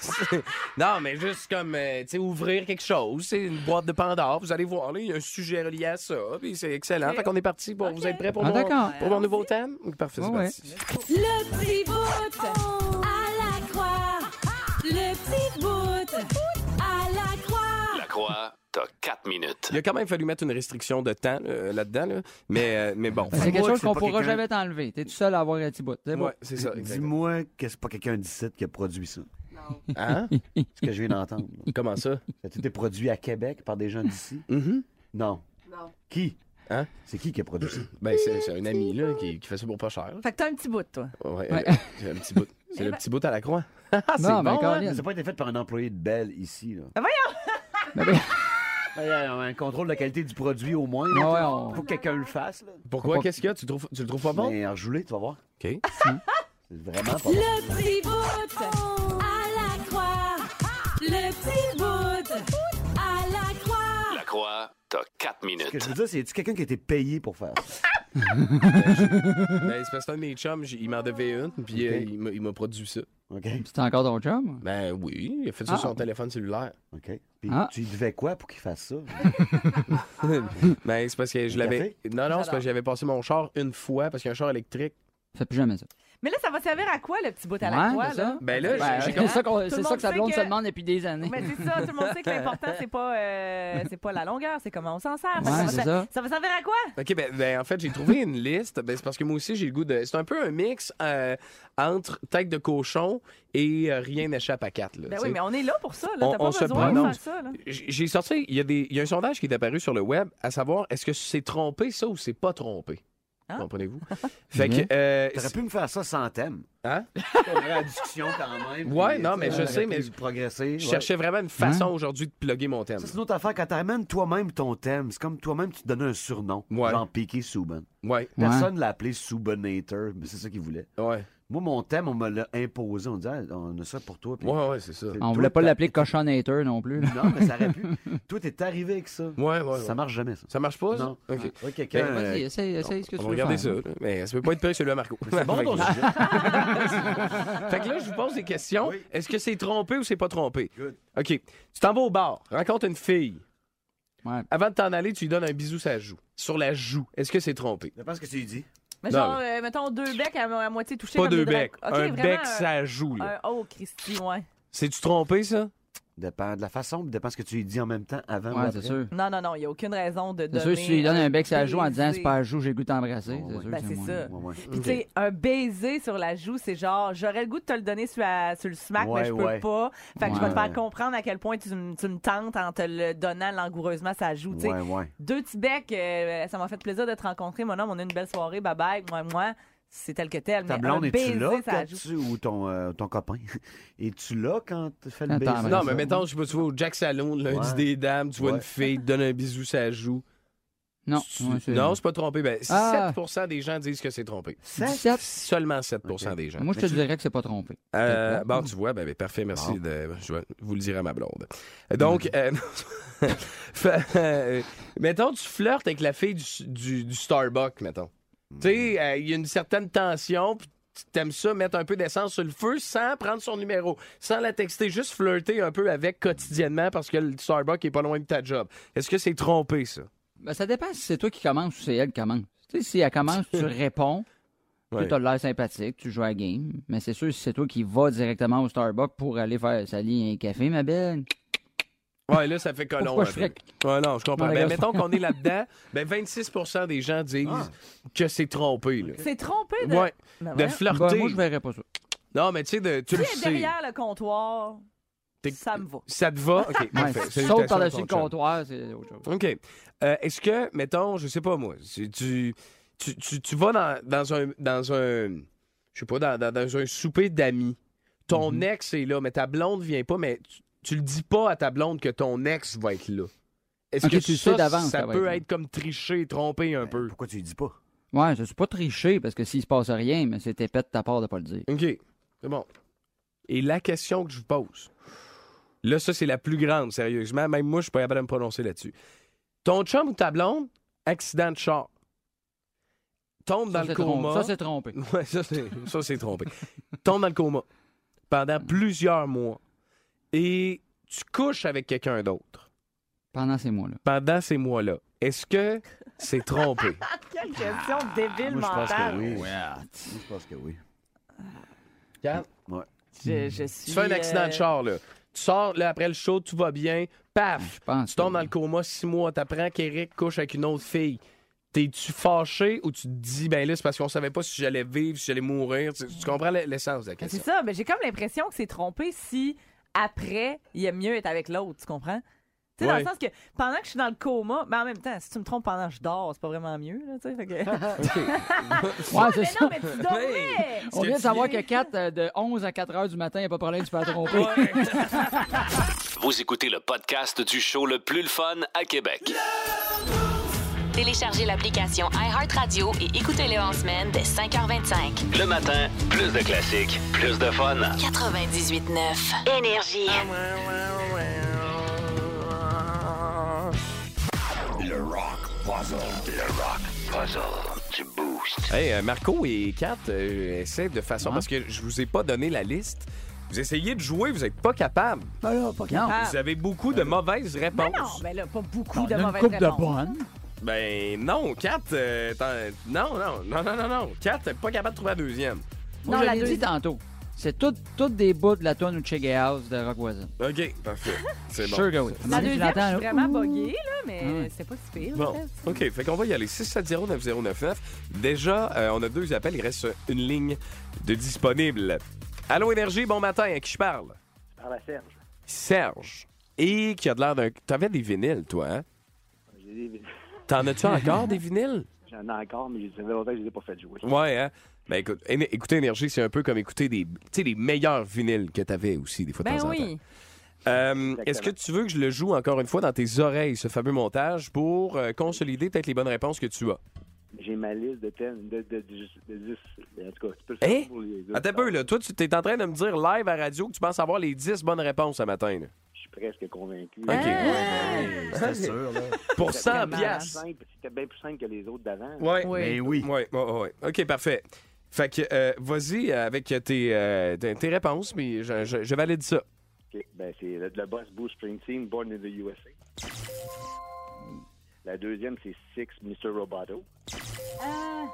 S3: c'est- non, mais juste comme, euh, tu sais, ouvrir quelque chose. C'est une boîte de Pandore. Vous allez voir, là, il y a un sujet relié à ça. Puis c'est excellent. Fait qu'on est parti. Pour... Vous êtes prêts pour,
S4: Ah,
S3: mon...
S4: d'accord.
S3: pour mon nouveau thème? Parfait, c'est
S4: Ouais,
S3: parti.
S7: Le petit bout à la croix. Le petit bout à la croix.
S2: La Croix, t'as 4 minutes.
S3: Il a quand même fallu mettre une restriction de temps euh, là-dedans, là. Mais, euh, mais bon.
S4: C'est quelque
S5: Dis-moi que
S4: chose
S5: c'est
S4: qu'on
S5: pas
S4: pourra
S5: quelqu'un-
S4: jamais t'enlever. T'es tout seul à avoir un petit bout. C'est bon.
S3: Ouais, c'est ça. exactement.
S5: Dis-moi que c'est pas quelqu'un d'ici qui a produit ça.
S3: Hein?
S5: Ce que je viens d'entendre. là.
S3: Comment ça?
S5: Ça a été produit à Québec par des gens d'ici?
S3: Mhm.
S5: Non.
S11: Non.
S5: Qui?
S3: Hein?
S5: C'est qui qui a produit ça?
S3: Ben, c'est c'est un ami, là, qui, qui fait ça pour pas cher.
S6: Fait que t'as un petit bout, toi.
S3: Ouais,
S4: Ouais.
S3: euh, c'est un petit bout. C'est le petit bout à la croix. Ah, c'est
S4: Non, mais
S3: bon,
S5: Ça
S3: hein?
S4: Colin,
S5: n'a pas été fait par un employé de Bell ici. Là.
S3: Ah
S5: Il y a un contrôle de la qualité du produit au moins.
S4: Ouais,
S3: Ah
S5: là,
S4: ouais,
S5: t'sais.
S4: on-
S5: Faut que quelqu'un le fasse. Là.
S3: Pourquoi?
S4: Pas-
S3: Qu'est-ce qu'il y a? Tu, le trouves, tu le trouves pas bon?
S5: Mais enjoulé, tu vas voir.
S3: OK.
S5: C'est vraiment pas bon.
S7: Le petit bout à la croix. Le petit bout à la croix.
S2: T'as 4
S5: Ce
S2: minutes.
S5: que je veux dire, c'est tu quelqu'un qui a été payé pour faire ça?
S3: Ben, c'est parce que un de mes chums, j- il m'en devait une, puis euh, il m'a- il m'a produit ça.
S4: C'était encore ton chum?
S3: Ben oui, il a fait ça
S4: Ah.
S3: sur son téléphone cellulaire.
S5: OK. Puis
S3: Ah.
S5: tu lui devais quoi pour qu'il fasse ça?
S3: ben, c'est parce que je l'avais. Non, non, c'est parce que
S6: J'adore.
S3: j'avais passé mon char une fois, parce qu'il y a un char électrique.
S4: Fais plus jamais ça.
S6: Mais là, ça va servir à quoi, le petit bout à la croix? là?
S3: Ben là, j'ai- j'ai
S4: c'est
S3: comme
S4: ça, qu'on-
S6: Euh, Tout
S4: c'est
S6: le
S4: ça
S6: monde
S4: que sa
S6: sait
S4: blonde
S6: que-
S4: se demande depuis des années.
S6: Mais c'est ça, tout le monde sait que l'important, c'est pas, euh, c'est pas la longueur, c'est comment on s'en sert. Fait que
S3: Ouais,
S6: va
S3: c'est
S6: ser-
S3: ça.
S6: va servir à quoi?
S3: OK, ben, ben, en fait, j'ai trouvé une liste. Ben, c'est parce que moi aussi, j'ai le goût de. C'est un peu un mix euh, entre tête de cochon et euh, rien n'échappe à quatre. Là,
S6: Ben
S3: tu
S6: oui,
S3: sais.
S6: mais on est là pour ça. Là.
S3: On-
S6: T'as
S3: on
S6: pas
S3: se
S6: besoin de faire
S3: prononce.
S6: ça. là.
S3: J- J'ai sorti, il y, a des- il y a un sondage qui est apparu sur le web à savoir est-ce que c'est trompé ça ou c'est pas trompé.
S4: Ah.
S3: Comprenez-vous? fait que. Euh,
S5: Mm-hmm. T'aurais pu me faire ça sans thème.
S3: Hein?
S5: la discussion quand même.
S3: Ouais,
S5: puis,
S3: non,
S5: tu
S3: mais je
S5: on
S3: sais,
S5: aurait
S3: mais
S5: pu progresser.
S3: Je
S5: ouais. Hein?
S3: cherchais vraiment une façon aujourd'hui de plugger mon thème.
S5: Ça, c'est une autre affaire. Quand t'amènes toi-même ton thème, c'est comme toi-même tu te donnais un surnom. Genre Piqué Souben.
S3: Ouais.
S5: Personne l'a appelé Soubenator, mais c'est ça qu'il voulait.
S3: Ouais.
S5: Moi, mon thème, on me l'a imposé. On me dit, Ah, on a ça pour toi. Puis-
S3: Ouais, ouais, c'est ça.
S4: On
S5: Toi,
S4: voulait pas
S5: t'as-
S4: l'appeler cochonator non plus. là.
S5: Non, mais ça aurait pu. Toi, t'es arrivé avec ça.
S3: Ouais, ouais.
S5: Ça marche jamais, ça.
S3: Ça marche pas, ça?
S5: Non.
S3: OK.
S5: Ouais, quelqu'un,
S3: Ben,
S5: euh,
S3: vas-y,
S4: essaye- essaye ce que
S3: on
S4: tu
S3: va
S4: veux
S3: regarder
S4: faire.
S3: ça, là. mais ça peut pas être pire que celui à Marco.
S5: c'est bon, ton sujet.
S3: fait que là, je vous pose des questions. Est-ce que c'est trompé ou c'est pas trompé? OK. Tu t'en vas au bar, rencontres une fille. Avant de t'en aller, tu lui donnes un bisou sur la joue. Sur la joue. Est-ce que c'est trompé?
S5: Je pense que tu dis.
S6: Mais
S3: Non,
S6: genre, euh, mettons deux becs à, à moitié touchés.
S3: Pas
S6: comme
S3: deux
S6: des dra-
S3: becs.
S6: Ok,
S3: Un
S6: vraiment,
S3: bec, ça joue, là.
S6: un- oh, Christy, ouais.
S3: C'est-tu trompé, ça?
S5: Dépend de la façon, puis dépend ce que tu lui dis en même temps avant
S4: Ouais,
S5: ou
S4: c'est
S5: après.
S4: sûr.
S6: Non, non, non, il n'y a aucune raison de
S4: C'est
S6: donner...
S4: sûr, si tu lui donnes un bec, ça joue en disant
S6: baiser.
S4: c'est pas à joue, j'ai le goût de t'embrasser. c'est sûr,
S6: Ben, c'est
S4: moins-
S6: ça. Puis,
S4: Ok.
S6: tu sais, un baiser sur la joue, c'est genre, j'aurais le goût de te le donner sur, la- sur le smack,
S4: Ouais,
S6: mais je peux
S4: ouais.
S6: pas. Fait que je vais te
S4: Ouais.
S6: faire comprendre à quel point tu, me- tu me tentes en te le donnant langoureusement ça joue. tu sais.
S5: Ouais, ouais.
S6: Deux petits becs, euh, ça m'a fait plaisir de te rencontrer, mon homme. On a eu une belle soirée, bye bye. Moi, moi, c'est tel que tel.
S5: Ta
S6: mais
S5: blonde,
S6: un
S5: es-tu
S6: baiser,
S5: là
S6: ça
S5: quand
S6: joue.
S5: tu, ou ton, euh, ton copain? Es-tu là quand tu fais le
S3: Attends,
S5: baiser?
S3: non, mais mettons, je sais pas, tu vas au Jack Salon, le lundi
S5: Ouais.
S3: des dames, tu vois
S5: Ouais.
S3: une fille, te donne un bisou, ça joue.
S4: Non,
S3: Tu-
S4: ouais, c'est-
S3: non, c'est pas trompé. Ben,
S4: Ah.
S3: 7 des gens disent que c'est Ben, trompé.
S4: Sept?
S5: Ah,
S3: Seulement 7 des gens.
S4: Moi, je te dirais que c'est pas trompé.
S3: Euh, bon, tu vois, ben, ben, parfait, merci. De, je vais vous le dire à ma blonde.
S4: Mm.
S3: Donc, euh, fait, euh, mettons, tu flirtes avec la fille du, du- du Starbucks, mettons. Tu
S4: Mm.
S3: sais, euh, il y a une certaine tension, puis tu t'aimes ça, mettre un peu d'essence sur le feu sans prendre son numéro, sans la texter, juste flirter un peu avec quotidiennement parce que le Starbucks est pas loin de ta job. Est-ce que c'est trompé, ça?
S4: Ben, ça dépend si c'est toi qui commence ou c'est elle qui commence. Tu sais, si elle commence, tu réponds.
S3: Ouais.
S4: Tu as l'air sympathique, tu joues à la game. Mais c'est sûr, si c'est toi qui vas directement au Starbucks pour aller faire salir un café, ma belle.
S3: Ouais, là, ça fait colon.
S4: Pourquoi
S3: un
S4: je
S3: peu.
S4: ferais-
S3: Ouais, non, je comprends.
S4: Non,
S3: Ben,
S4: regarde.
S3: mettons qu'on est là-dedans, ben, 26 des gens disent
S4: Ah.
S3: que c'est trompé. Là.
S6: C'est trompé de.
S3: Ouais,
S6: Ben,
S3: de
S6: voyons.
S3: flirter.
S4: Ben, moi, je verrais pas ça.
S3: Non, mais tu sais, de- tu
S6: Si
S3: le
S6: elle est
S3: sais.
S6: derrière le comptoir,
S3: T'es-
S6: ça me va.
S3: Ça te va? OK,
S4: Ouais, si
S3: parfait.
S4: tu
S3: Salutations
S4: sautes par-dessus
S3: à
S4: le
S3: ton chum.
S4: comptoir, c'est autre chose.
S3: OK. Euh, Est-ce que, mettons, je sais pas moi, si tu, tu, tu, tu vas dans, dans un. Dans un je sais pas, dans, dans- dans un souper d'amis. Ton
S4: Mm-hmm.
S3: ex est là, mais ta blonde vient pas, mais tu, tu le dis pas à ta blonde que ton ex va être là. Est-ce
S4: Ok,
S3: que
S4: tu le
S3: ça,
S4: sais d'avance
S3: Ça
S4: qu'elle va
S3: peut
S4: être là. Ben,
S3: être comme tricher, tromper un peu.
S5: ben, Pourquoi tu lui dis pas?
S4: Ouais, je suis pas triché parce que s'il se passe rien, mais c'est épais de ta part de pas le dire.
S3: OK. C'est bon. Et la question que je vous pose, là, ça, c'est la plus grande, sérieusement. Même moi, je suis pas capable de me prononcer là-dessus. Ton chum ou ta blonde, accident de char, tombe
S4: Ça,
S3: dans le
S4: c'est trompé.
S3: coma.
S4: Ça, c'est trompé.
S3: Ouais, ça, c'est, ça, c'est trompé. tombe dans le coma pendant plusieurs mois et tu couches avec quelqu'un d'autre
S4: Pendant ces mois-là.
S3: pendant ces mois-là. Est-ce que c'est trompé?
S6: Quelle
S3: Ah,
S6: question débile mentale.
S5: Moi, je pense que oui. Ouais.
S6: Je, je suis.
S3: Tu fais un accident de
S6: euh,
S3: char, là. Tu sors, là, après le show, tout va bien. Paf! tu tombes dans le coma six mois. T'apprends qu'Éric couche avec une autre fille. T'es-tu fâché ou tu te dis, ben là, c'est parce qu'on savait pas si j'allais vivre, si j'allais mourir? Tu, tu comprends le- l'essence de la
S6: Ben, C'est
S3: question?
S6: ça, mais j'ai comme l'impression que c'est trompé si après, il aime mieux être avec l'autre, tu comprends? Tu sais, dans
S3: Ouais.
S6: le sens que pendant que je suis dans le coma, mais en même temps, si tu me trompes pendant que je dors, c'est pas vraiment mieux, là, tu sais. fait que-
S4: Ouais,
S6: Ouais,
S4: Ah, c'est
S6: mais
S4: ça.
S6: non, mais tu dormais!
S4: On vient de savoir que 4 de 11 à 4 heures du matin, il n'y a pas de problème, tu peux te tromper.
S2: Vous écoutez le podcast du show le plus le fun à Québec.
S1: Téléchargez l'application iHeartRadio et écoutez-le en semaine dès 5h25.
S2: Le matin, plus de classiques, plus de fun.
S1: 98.9 Ah, Énergie.
S9: Puzzle. The Rock Puzzle. Tu boost.
S3: Hey, euh, Marco et Kat euh, essaient de façon. Parce que je vous ai pas donné la liste. Vous essayez de jouer, vous n'êtes pas capable.
S6: pas capable.
S3: Vous avez beaucoup de mauvaises
S6: Ah. Mais
S3: réponses.
S6: non, mais là, pas beaucoup
S3: On
S4: Ah,
S6: de
S3: a une
S6: mauvaises
S3: couple de
S6: réponses.
S3: bonnes. Ben non, Kat, euh, t'en- non, non, non, non, non, non. Kat, t'es pas capable de trouver la deuxième.
S4: Moi, je l'ai dit tantôt. C'est toutes toutes des bouts de la tonne ou Che Gay House de Rock Voisin.
S3: OK, parfait. C'est bon.
S4: Sure que oui.
S6: La
S4: Je
S6: deuxième,
S4: l'entends,
S6: je suis
S4: là.
S6: vraiment
S4: Ouh.
S6: boguée, là, mais
S4: Ah ouais.
S6: c'est pas si pire.
S3: Bon,
S6: là.
S3: OK, fait qu'on va y aller. 670-9099. Déjà, euh, on a deux appels, il reste une ligne de disponible. Allô Énergie, bon matin, à qui je parle?
S12: Par la Serge.
S3: Serge. Et qui a de l'air d'un... T'avais des vinyles, toi, hein?
S12: J'ai des-
S3: T'en as-tu encore des vinyles?
S12: J'en ai encore, mais ça fait longtemps que je les ai pas fait jouer.
S3: Ouais, hein? Ben écoute, éne- écouter Énergie, c'est un peu comme écouter des, tu sais, les meilleurs vinyles que t'avais aussi, des fois, de
S12: Ben
S3: temps en
S12: oui.
S3: temps. Euh, Est-ce que tu veux que je le joue encore une fois dans tes oreilles, ce fameux montage, pour euh, consolider peut-être les bonnes réponses que tu as?
S12: J'ai ma liste de 10. De, de, dix- de dix. En tout cas, tu peux le
S3: Hein?
S12: faire
S10: Eh?
S12: pour les autres.
S3: Attends un peu, là. Toi, tu t'es en train de me dire live à radio que tu penses avoir les 10 bonnes réponses ce matin. là.
S12: Je suis presque convaincu.
S10: Ah.
S4: Ah!
S3: OK. Ouais,
S12: C'était
S3: ouais,
S12: sûr, là.
S3: Pour
S12: C'était
S3: 100
S12: bien
S3: piastres.
S12: simple, C'était bien plus simple que les autres d'avant.
S3: Ouais. Ben oui. Ouais, ouais, ouais. OK, parfait. Fait que, euh, vas-y avec tes, euh, tes tes réponses, mais je, je- je valide ça.
S12: OK. Ben, c'est le, le boss Bruce Springsteen, Born in the USA. La deuxième, c'est Six, Mr. Roboto.
S13: Ah.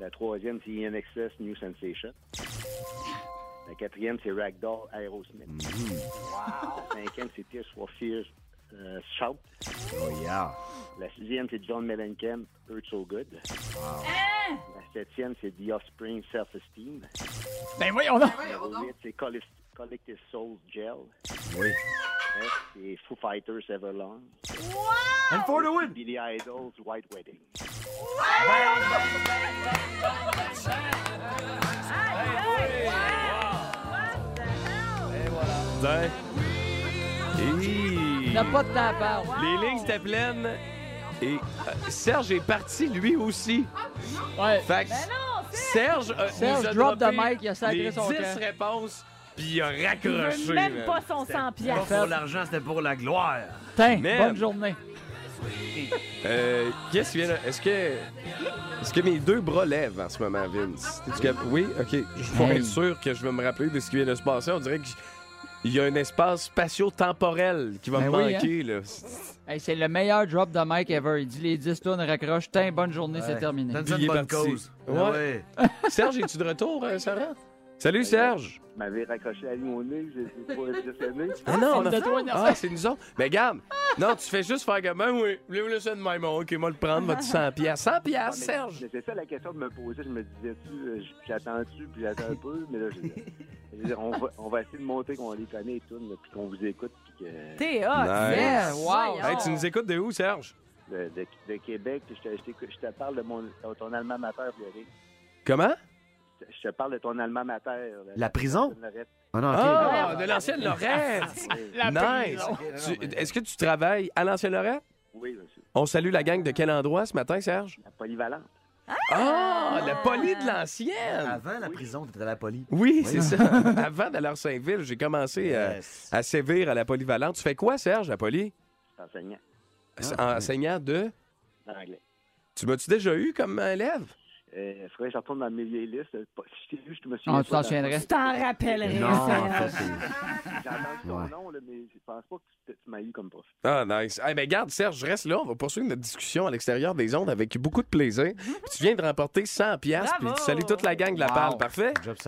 S12: La troisième, c'est INXS, New Sensation. La quatrième, c'est Ragdoll, Aerosmith.
S13: Mm-hmm.
S12: La cinquième, c'est Tears for Fears, euh, Shout.
S13: Oh,
S12: La sixième, c'est John Mellencamp, Hurt So Good. La septième, c'est The Offspring, Self-Esteem.
S13: Ben voyons donc.
S12: La huit, c'est Collis- Collective Souls, Gel.
S13: Oui.
S12: Neuf, c'est Foo Fighters, Everlong.
S13: And for the win.
S12: Billy Idol's, White Wedding.
S3: Putain. Hey.
S4: T'as pas de temps à perdre.
S3: Les lignes étaient pleines. Et euh, Serge est parti lui aussi.
S4: Ouais. Ben
S3: Fait que Serge, euh,
S4: Serge
S3: nous a
S4: drop the
S3: droppé
S4: mic, il a sacré
S3: les
S4: son
S3: 10
S4: camp.
S3: réponses, puis il a raccroché.
S6: Il veut même
S3: man.
S6: pas son 100 piastres.
S3: pas pour
S5: L'argent, c'était pour la gloire.
S4: Tiens,
S3: Man.
S4: bonne journée.
S3: Euh, qu'est-ce qui vient là? Est-ce que. Est-ce que mes deux bras lèvent en ce moment, Vince? T'es-tu cap- Oui, OK. Je vais
S4: Hey.
S3: être sûr que je vais me rappeler de ce qui vient de se passer. On dirait qu'il y a un espace spatio-temporel qui va
S4: Ben
S3: me
S4: oui,
S3: manquer, là.
S4: Hey, c'est le meilleur drop de Mike ever. Il dit les 10 tonnes raccroche. Tiens, bonne journée, c'est terminé.
S3: Puis il est parti.
S5: Ah
S3: Ouais. Serge, es-tu de retour, euh, Sarah? Salut, Serge!
S12: Vous m'avez raccroché à mon nez, je suis pas impressionné.
S3: Ah non,
S12: on
S3: non. Ah, c'est nous autres. Mais garde, non, tu fais juste faire comme, ben oui, voulez-vous le ça de même? Bon, OK, moi le prendre, votre 100 piastres. 100 piastres, Ah, Serge!
S12: C'est ça la question de me poser. Je me disais-tu, euh, j- j'attends-tu, puis j'attends un peu, mais là, je, je veux dire, on, va, on va essayer de monter qu'on les connaît et tout, là, puis qu'on vous écoute. Puis que,
S6: T'es hot.
S3: Nice.
S6: yeah, wow.
S3: Hey, tu nous écoutes de où, Serge?
S12: de, de- de Québec, puis je te, je t'écoute- je te parle de, mon, de ton alma mater, Véronique.
S3: Comment?
S12: Je te- Je te parle de ton euh, alma mater. La,
S5: prison? Ah non,
S3: Ah, de l'ancienne Lorette!
S12: ah, La
S3: nice!
S12: prison.
S3: Tu- Est-ce que tu travailles à l'ancienne Lorette?
S12: Oui, monsieur.
S3: On salue la gang de quel endroit ce matin, Serge?
S12: La polyvalente.
S3: Ah, la poli de l'ancienne!
S5: Avant la prison, t'étais à la police.
S3: Oui, c'est ça. Avant d'aller à Saint-Ville, j'ai commencé à- euh, à, sévir à la polyvalente. Tu fais quoi, Serge, à Poly?
S12: C'est enseignant
S3: En- Enseignant de.
S12: en anglais.
S3: Tu m'as-tu déjà eu comme élève?
S12: Euh, faudrait que je retourne dans mes vieilles listes. Euh, Pas- Si je t'ai vu, je me suis.
S3: Ah, tu t'en souviendrais. Tu
S6: t'en rappellerais, Non, Serge. ça,
S12: J'ai entendu ton
S3: Ouais.
S12: nom, là, mais je pense pas que tu, tu m'as eu comme prof.
S3: Ah, nice. Eh ben, garde, Serge, je reste là. On va poursuivre notre discussion à l'extérieur des ondes avec beaucoup de plaisir. Puis tu viens de remporter 100 piastres, puis tu salues toute la gang de la
S5: Wow.
S3: balle. Parfait?
S12: Merci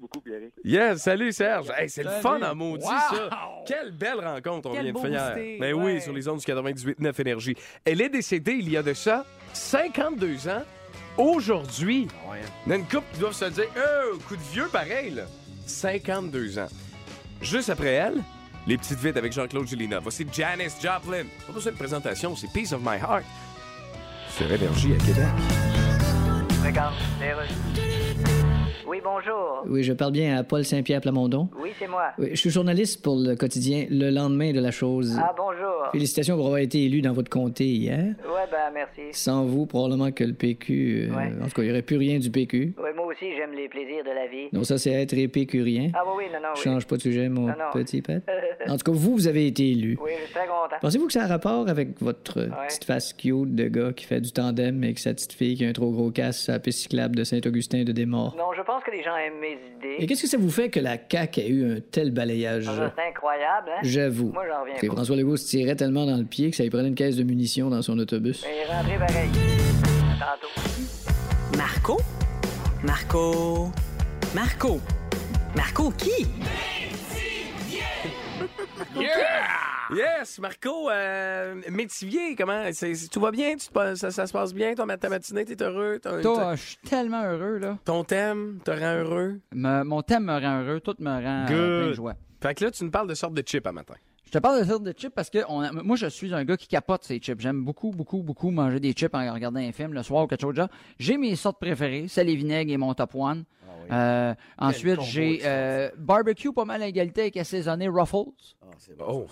S12: beaucoup, Pierre.
S3: Yes, salut, Serge. Hey, c'est le fun
S12: Salut.
S3: en maudit,
S12: Wow.
S3: ça. Quelle belle rencontre on
S12: Quel
S3: vient de
S12: beau
S3: faire.
S12: booster,
S3: Mais oui, sur les ondes du 98.9 Énergie. Elle est décédée il y a de ça 52 ans, aujourd'hui.
S12: Ah
S3: Il y a une couple qui doivent se dire Oh, coup de vieux pareil, là. 52 ans. Juste après elle, les petites vites avec Jean-Claude Gélina. Voici Janice Joplin. Pas besoin de présentation, c'est Peace of My Heart. Sur Énergie à Québec.
S14: Regarde, les rues. Oui, bonjour.
S10: Oui, je parle bien à Paul Saint-Pierre Plamondon.
S14: Oui, c'est moi.
S10: Oui, je suis journaliste pour le quotidien Le lendemain de la chose.
S14: Ah, bonjour.
S10: Félicitations pour avoir été élu dans votre comté hier.
S14: Ouais, ben, merci.
S10: Sans vous, probablement que le PQ. euh,
S14: Ouais.
S10: En tout cas, il n'y aurait plus rien du PQ.
S14: Ouais, moi aussi, aussi, j'aime les plaisirs de la vie.
S10: Non, ça, c'est être épicurien.
S14: Ah oui, oui, non, non,
S10: Je
S14: oui.
S10: change pas de sujet,
S14: Non,
S10: mon
S14: non.
S10: petit pet. En tout cas, vous, vous avez été élu.
S14: Oui, je suis très content.
S10: Pensez-vous que ça a rapport avec votre euh,
S14: Ouais.
S10: petite face cute de gars qui fait du tandem et que sa petite fille qui a un trop gros casse à la piste cyclable de Saint-Augustin de Desmaures?
S14: Non, je pense que les gens aiment mes idées.
S10: Et qu'est-ce que ça vous fait que la CAQ ait eu un tel balayage?
S14: Ah, ça, C'est incroyable, hein?
S10: J'avoue.
S14: Moi, j'en reviens
S10: Que
S14: pas.
S10: François Legault se tirait tellement dans le pied que ça lui prenait une caisse de munitions dans son autobus.
S14: Mais rentrez pareil. À tantôt.
S8: Marco? Marco? Marco? Marco qui?
S3: Yes, Marco, euh, métivier, comment? c'est- c'est- tout va bien? Tu te passes- ça, ça se passe bien? Ton, ta matinée, t'es heureux? T'as-
S4: Toi,
S3: t'as-
S4: je suis tellement heureux, là.
S3: Ton thème te rend heureux?
S4: mon thème me rend heureux, tout me rend euh, plein de
S3: Good.
S4: joie.
S3: Fait que là, tu nous parles de sorte de chip à matin.
S4: Je te parle de sorte de chips parce que on a- moi, je suis un gars qui capote ces chips. J'aime beaucoup, beaucoup, beaucoup manger des chips en regardant un film le soir ou quelque chose de genre. J'ai mes sortes préférées, celle et vinaigre et mon top one.
S5: Ah
S4: Euh, ensuite,
S6: combo
S4: j'ai
S6: de
S4: euh, barbecue pas mal à égalité avec assaisonné Ruffles.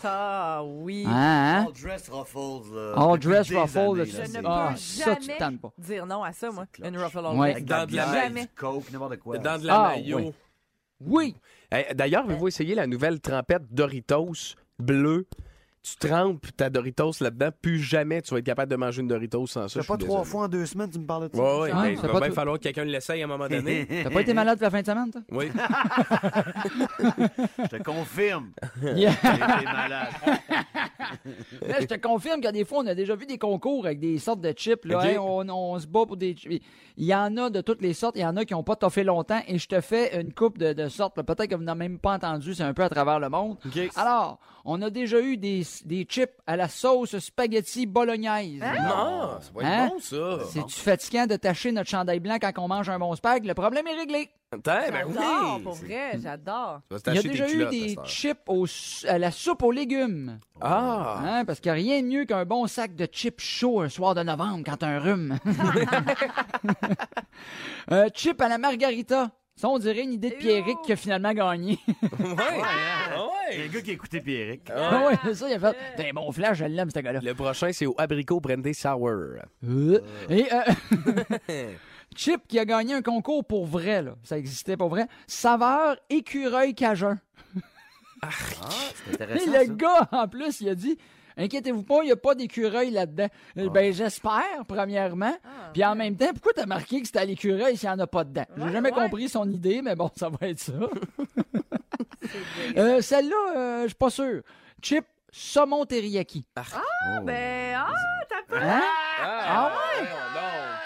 S6: Ah oui.
S4: Hein, hein?
S5: All Dress Ruffles. Là,
S4: All
S5: depuis
S4: dress
S5: des
S4: ruffles,
S5: années,
S4: là,
S5: là,
S4: tu-
S5: c'est-
S4: ah, ça, tu
S6: Jamais
S4: tannes pas.
S6: dire non à ça, moi. Une ruffle all
S4: Ouais.
S6: dress.
S3: Dans de la
S6: Jamais.
S3: maille.
S5: Coke, n'importe quoi.
S3: Dans de la
S5: Ah,
S3: mayo.
S5: oui.
S4: Oui!
S3: Eh, D'ailleurs, avez-vous essayer la nouvelle trempette Doritos bleue? Tu trempes ta Doritos là-dedans, plus jamais tu vas être capable de manger une Doritos sans ça.
S5: T'as
S3: je
S5: pas trois
S3: suis désolé.
S5: fois en deux semaines, tu me parles de ça?
S3: Ouais, ouais, ben, il
S5: t'as
S3: va bien falloir que quelqu'un l'essaye à un moment donné.
S4: T'as pas été malade la fin de semaine, toi?
S3: Oui.
S5: Je te confirme.
S4: Yeah.
S5: T'es malade.
S4: Là, je te confirme qu'à des fois, on a déjà vu des concours avec des sortes de chips. Là,
S5: OK.
S4: Hey, on, on se bat pour des chips. Il y en a de toutes les sortes. Il y en a qui n'ont pas toffé longtemps. Et je te fais une coupe de, de sortes. là. Peut-être que vous n'avez même pas entendu. C'est un peu à travers le monde. Alors, on a déjà eu des, des chips à la sauce spaghetti bolognaise.
S3: Non, ça va être
S4: Hein?
S3: Oh, bon, ça.
S4: C'est-tu fatigant de tacher notre chandail blanc quand on mange un bon spag? Le problème est réglé.
S3: Attends, ben
S6: J'adore,
S3: oui.
S6: pour vrai, j'adore.
S3: Tu
S4: Il
S3: vas
S4: y a
S3: t'acheter
S4: déjà
S3: des
S4: eu
S3: culottes à
S4: des
S3: cette heure.
S4: chips au su- à la soupe aux légumes.
S3: Ah!
S4: Hein, parce qu'il n'y a rien de mieux qu'un bon sac de chips chauds un soir de novembre quand t'as un rhume. un chip à la margarita. Ça, on dirait une idée de Pierrick qui a finalement gagné.
S3: Ouais.
S5: Il y a un gars qui a écouté Pierrick.
S4: Ah ouais, c'est ça, il a fait. T'as un bon flash, je l'aime, ce gars-là.
S3: Le prochain, c'est au abricot brandy sour.
S4: Euh, Et euh, Chip qui a gagné un concours pour vrai, là. Ça existait pour vrai. Saveur écureuil cajun.
S5: Ah, C'est
S4: Et le gars, en plus, il a dit Inquiétez-vous pas, il n'y a pas d'écureuil là-dedans. Euh, Ben, j'espère, premièrement. Puis en même temps, pourquoi t'as marqué que c'était à l'écureuil s'il n'y en a pas dedans? J'ai jamais compris son idée, mais bon, ça va être ça. Euh, Celle-là, euh, je suis pas sûr. Chip saumon teriyaki.
S5: Oh,
S6: Ah, ben, ah, t'as pas.
S4: Hein? Ah
S6: ouais?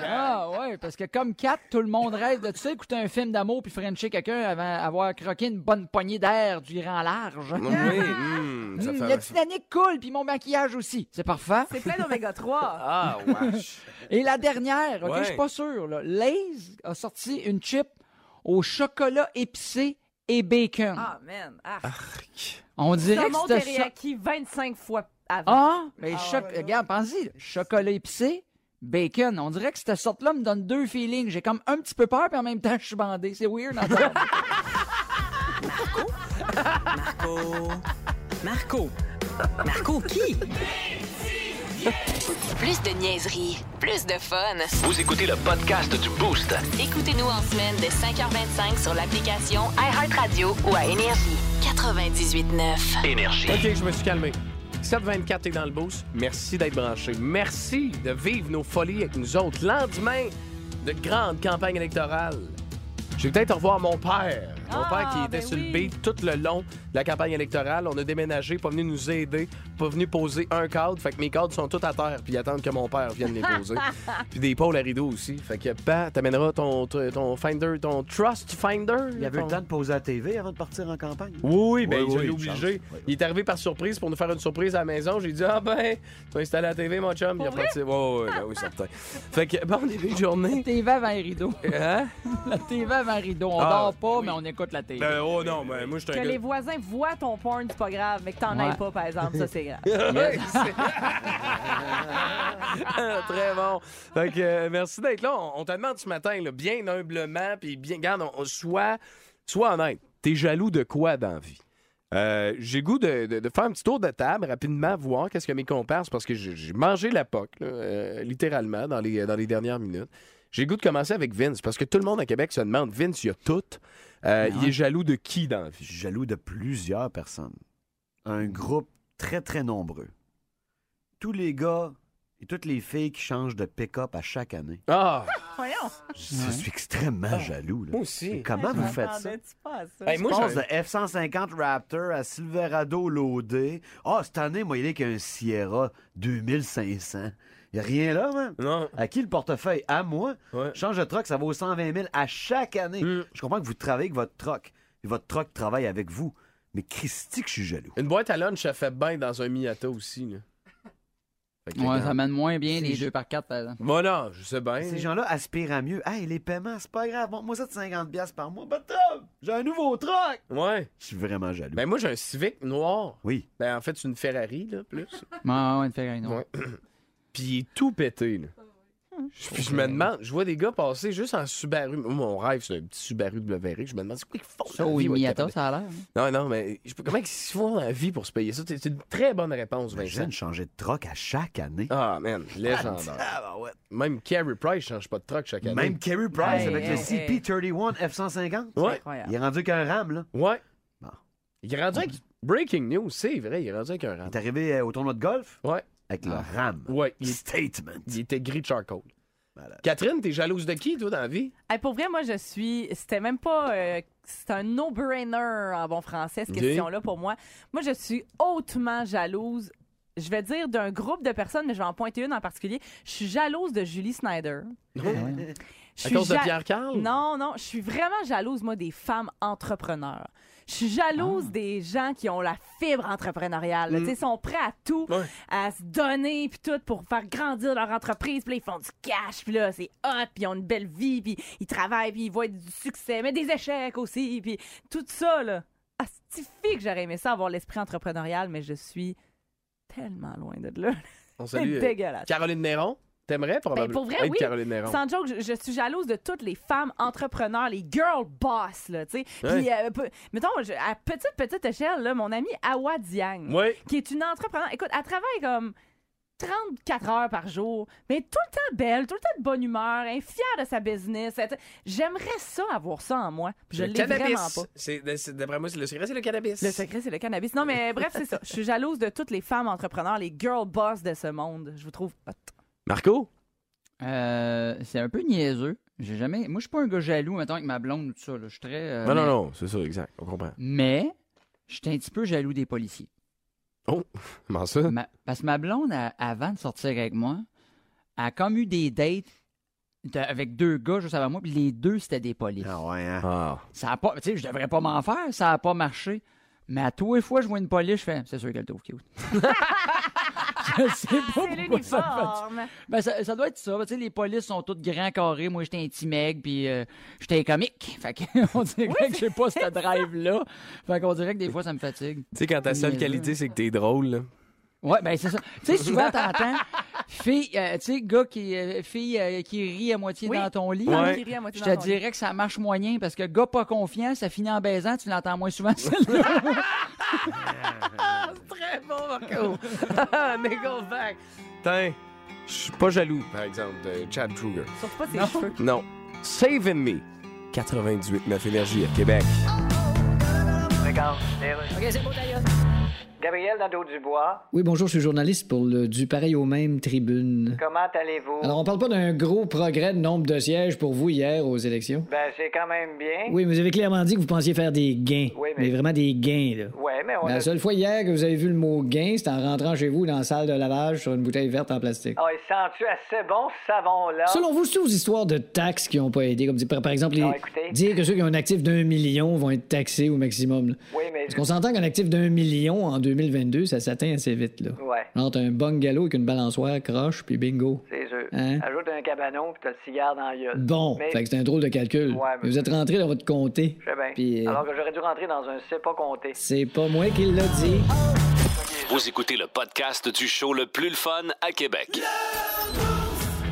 S4: Ah ouais, parce que comme Kat, tout le monde rêve de, tu sais, écouter un film d'amour puis frencher quelqu'un avant avoir croqué une bonne poignée d'air du grand large.
S3: Oui, hmm, ça
S4: Hmm,
S3: fait-
S4: le Titanic coule, puis mon maquillage aussi. C'est parfait.
S6: C'est plein d'oméga 3.
S3: Ah, wesh.
S4: Et la dernière, OK,
S3: Ouais.
S4: je suis pas sûr. Là. Lay's a sorti une chip au chocolat épicé et bacon.
S6: Ah, man. Ah.
S4: On dirait
S6: Saumon
S4: que c'était ça.
S6: teriyaki 25 fois avant.
S4: Ah, mais choc... regarde, pensez, chocolat épicé, bacon. On dirait que cette sorte-là me donne deux feelings. J'ai comme un petit peu peur, puis en même temps, je suis bandé. C'est weird. dans le temps.
S8: Marco? Marco? Marco qui?
S1: Plus de niaiserie, plus de fun.
S2: Vous écoutez le podcast du Boost.
S1: Écoutez-nous en semaine de 5h25 sur l'application iHeartRadio ou à Énergie. 98.9.
S2: Énergie.
S3: OK, je me suis calmé. 724 est dans le boost. Merci d'être branché. Merci de vivre nos folies avec nous autres. Lendemain de grande campagne électorale. Je vais peut-être revoir mon père. Mon
S6: Ah,
S3: père qui était
S6: ben
S3: sur
S6: oui.
S3: le beat tout le long de la campagne électorale. On a déménagé, pas venu nous aider, pas venu poser un cadre. Fait que mes cadres sont tous à terre, puis ils attendent que mon père vienne les poser. puis des pôles à rideau aussi. Fait que, bah, t'amèneras ton, ton, ton Finder, ton Trust Finder.
S5: Il y avait eu
S3: ton-
S5: le temps de poser à la TV avant de partir en campagne.
S3: oui, oui, ben,
S5: Oui,
S3: je
S5: oui,
S3: l'ai
S5: une
S3: obligé. Il est arrivé par surprise pour nous faire une surprise à la maison. J'ai dit, ah ben, tu vas installer la TV, mon chum. Il a parti. Ouais, ouais, ouais, ben oui, certain. fait que, bon début de journée.
S4: TV avant les rideaux.
S3: Hein?
S4: La TV avant les rideaux. On
S3: Ah,
S4: dort pas, mais on écoute la TV.
S3: Ben, oh non, ben, moi, je suis
S6: Que
S3: un
S6: les
S3: gars.
S6: voisins voient ton porn, c'est pas grave, mais que t'en
S3: Ouais.
S6: ailles pas, par exemple, ça, c'est grave.
S3: Ouais, c'est- Très bon. Fait que, euh, merci d'être là. On, on te demande ce matin, là, bien humblement, puis bien, regarde, on, on- soit, soit honnête. T'es jaloux de quoi dans la vie? Euh, j'ai goût de, de- de faire un petit tour de table rapidement, voir qu'est-ce que mes comparses, parce que j'ai j'ai mangé la POC, là, euh, littéralement, dans les, dans les dernières minutes. J'ai le goût de commencer avec Vince, parce que tout le monde à Québec se demande Vince, il y a tout. Euh, il est jaloux de qui dans la vie?
S5: Jaloux de plusieurs personnes. Un groupe très, très nombreux. Tous les gars et toutes les filles qui changent de pick-up à chaque année.
S3: Ah!
S6: Voyons.
S5: Je suis extrêmement jaloux. Là.
S3: Moi aussi.
S5: Comment vous faites ça?
S6: M'attendais-tu pas à ça?
S5: je pense de F-150 Raptor à Silverado loadé. Ah, cette année, moi, il est qu'un Sierra 2500. Il a rien là, man.
S3: Non.
S5: À qui le portefeuille? À moi. Change de truck, ça vaut 120 000 à chaque année.
S3: Mm.
S5: Je comprends que vous travaillez avec votre truck. Et votre truck travaille avec vous. Mais Christy, que je suis jaloux.
S3: Une boîte à lunch, ça fait bien dans un Miata aussi. Là. Fait que-
S4: Ouais, ça mène moins bien les
S5: je-
S4: 2 par 4 par exemple.
S3: Bon, non, je sais bien.
S5: Ces gens-là aspirent à mieux. Hey, les paiements, c'est pas grave. Montre-moi ça de 50$ piastres par mois. Pas de trouble. J'ai un nouveau truck.
S3: Ouais.
S5: Je suis vraiment jaloux.
S3: Ben moi, j'ai un Civic noir.
S5: Oui.
S3: Ben en fait, c'est une Ferrari, là, plus.
S4: Ouais, ouais, une Ferrari
S3: noire. Puis il est tout pété, là. Puis je me demande, je vois des gars passer juste en Subaru. Moi, mon rêve, c'est un petit Subaru WRX. Je me demande, c'est quoi qu'ils font? dans
S4: Ça,
S3: la
S4: ou
S3: vie,
S4: une
S3: ouais,
S4: Miata,
S3: capable.
S4: ça a l'air. hein.
S3: Non, non, mais je- comment ils se font dans la vie pour se payer ça? C'est c'est une très bonne réponse, Vincent.
S5: Imagine changer de truck à chaque année.
S3: ben, Ah, man,
S5: Ah,
S3: légendaire.
S5: bah ouais.
S3: Même Carey Price change pas de truck chaque année.
S5: Même Kerry Price
S3: Hey,
S5: avec
S3: hey,
S5: le
S3: hey.
S5: CP31 F-150.
S3: Ouais.
S5: Il est rendu qu'un RAM, là.
S3: Ouais. Il est rendu avec. Breaking news, c'est vrai, il est rendu avec un RAM.
S5: Il est arrivé euh, au tournoi de golf
S3: Ouais.
S5: avec le RAM.
S3: Ouais. Il,
S5: Statement.
S3: il était gris de charcoal. Catherine, t'es jalouse de qui, toi, dans la vie?
S6: Hey, pour vrai, moi, je suis. C'était même pas. euh, C'est un no-brainer en bon français, cette
S3: Ok.
S6: question-là, pour moi. Moi, je suis hautement jalouse. Je vais dire d'un groupe de personnes, mais je vais en pointer une en particulier. Je suis jalouse de Julie Snyder. Je
S3: À
S6: suis
S3: cause de
S6: ja-
S3: Pierre-Carl?
S6: Non, non, je suis vraiment jalouse, moi, des femmes entrepreneurs. Je suis jalouse des gens qui ont la fibre entrepreneuriale. là. Tu sais, sont prêts à tout, à se donner, puis tout, pour faire grandir leur entreprise. Puis là, ils font du cash, puis là, c'est hot, puis ils ont une belle vie, puis ils travaillent, puis ils voient du succès, mais des échecs aussi, puis tout ça, là. Astifique, que j'aurais aimé ça, avoir l'esprit entrepreneurial, mais je suis tellement loin de là.
S3: On
S6: C'est
S3: salue. euh,
S6: dégueulasse.
S3: Caroline Néron, t'aimerais
S6: Ben,
S3: probablement
S6: pour vrai,
S3: être
S6: oui.
S3: Caroline Néron.
S6: Sans joke, je, je suis jalouse de toutes les femmes entrepreneurs, les girl boss, là, tu sais. Puis,
S3: Ouais.
S6: euh, peu- mettons, je- à petite, petite échelle, là, mon amie Awa Diang,
S3: Ouais.
S6: qui est une entrepreneur. Écoute, elle travaille comme 34 heures par jour, mais tout le temps belle, tout le temps de bonne humeur, elle est fière de sa business. Elle- J'aimerais ça, avoir ça en moi. Puis Je
S3: Le
S6: l'ai vraiment
S3: cannabis.
S6: pas.
S3: C'est- c'est- D'après moi, c'est le secret, c'est le cannabis.
S6: Le secret, c'est le cannabis. Non, mais bref, c'est ça. Je suis jalouse de toutes les femmes entrepreneurs, les girl boss de ce monde. Je vous trouve hot.
S3: Marco?
S4: Euh, c'est un peu niaiseux. J'ai jamais. Moi, je suis pas un gars jaloux, mettons, avec ma blonde, tout ça. là. Je suis très. euh,
S3: Non, non,
S4: mais-
S3: non, c'est ça, exact. On comprend.
S4: Mais, j'étais un petit peu jaloux des policiers.
S3: Oh, comment ça?
S4: Ma- parce que ma blonde, elle- avant de sortir avec moi, elle a comme eu des dates de- avec deux gars juste avant moi, puis les deux, c'était des policiers.
S5: Ah ouais, hein?
S4: Ça a pas. Tu sais, je devrais pas m'en faire, ça a pas marché. Mais à tous les fois, je vois une police, je fais, c'est sûr qu'elle trouve cute. je sais pas pourquoi ça me fait ça. Ben, ça, ça doit être ça. Tu sais, les polices sont toutes grands carrés. Moi, j'étais un petit mec, puis euh, j'étais comique. Fait que, on dirait que j'ai pas ce drive-là. Fait qu'on dirait que des fois, ça me fatigue.
S3: Tu sais, quand ta seule
S4: Mais,
S3: qualité, c'est que t'es drôle, là.
S4: Ouais, ben, c'est ça. Tu sais, souvent, t'entends, fille, euh, tu sais, gars qui, euh, fille euh, qui rit à moitié
S6: Oui.
S4: dans ton lit.
S3: Femme Ouais. qui
S6: rit à moitié
S4: Je
S6: dans
S4: te
S6: ton
S4: dirais que ça marche moyen parce que gars pas confiant, ça finit en baisant, tu l'entends moins souvent, celle-là.
S3: Très bon, Marco.
S6: Ah,
S3: Nickel back. Tiens, je suis pas jaloux, par exemple, de Chad Kruger.
S6: Surtout pas ses
S3: Non.
S6: cheveux.
S3: Non. Saving Me. 98.9 Énergie à Québec.
S14: Regarde, OK, c'est beau, d'ailleurs. Gabriel Nadeau-Dubois,
S10: Oui, bonjour, je suis journaliste pour le Du Pareil au Même Tribune.
S14: comment allez-vous?
S10: Alors, on parle pas d'un gros progrès de nombre de sièges pour vous hier aux élections?
S14: Ben, c'est quand même bien.
S10: Oui, mais vous avez clairement dit que vous pensiez faire des gains.
S14: Oui, mais-
S10: vraiment des gains, là.
S14: Ouais, mais on
S10: La
S14: a...
S10: seule fois hier que vous avez vu le mot gain, c'était en rentrant chez vous dans la salle de lavage sur une bouteille verte en plastique.
S14: Ah, il sent-tu assez bon, ce savon-là?
S10: Selon vous, c'est aux histoires de taxes qui n'ont pas aidé, comme dire, par, par exemple, les-
S14: Ah. Non, écoutez.
S10: dire que ceux qui ont un actif d'un million vont être taxés au maximum. là.
S14: Oui, mais...
S10: Parce qu'on s'entend qu'un actif d'un million en 2022, ça s'atteint assez vite. Là.
S14: Ouais.
S10: Entre un bungalow et une balançoire, croche, puis bingo.
S14: C'est sûr.
S10: Hein?
S14: Ajoute un cabanon, puis t'as le cigare dans la gueule.
S10: Bon,
S14: Mais-
S10: fait que c'est un drôle de calcul.
S14: Ouais, mais-
S10: Vous êtes rentré dans votre comté.
S14: Je sais bien.
S10: Puis, euh,
S14: Alors que j'aurais dû rentrer dans un c'est pas compté.
S10: C'est pas moi qui l'a dit.
S2: Vous écoutez le podcast du show le plus le fun à Québec.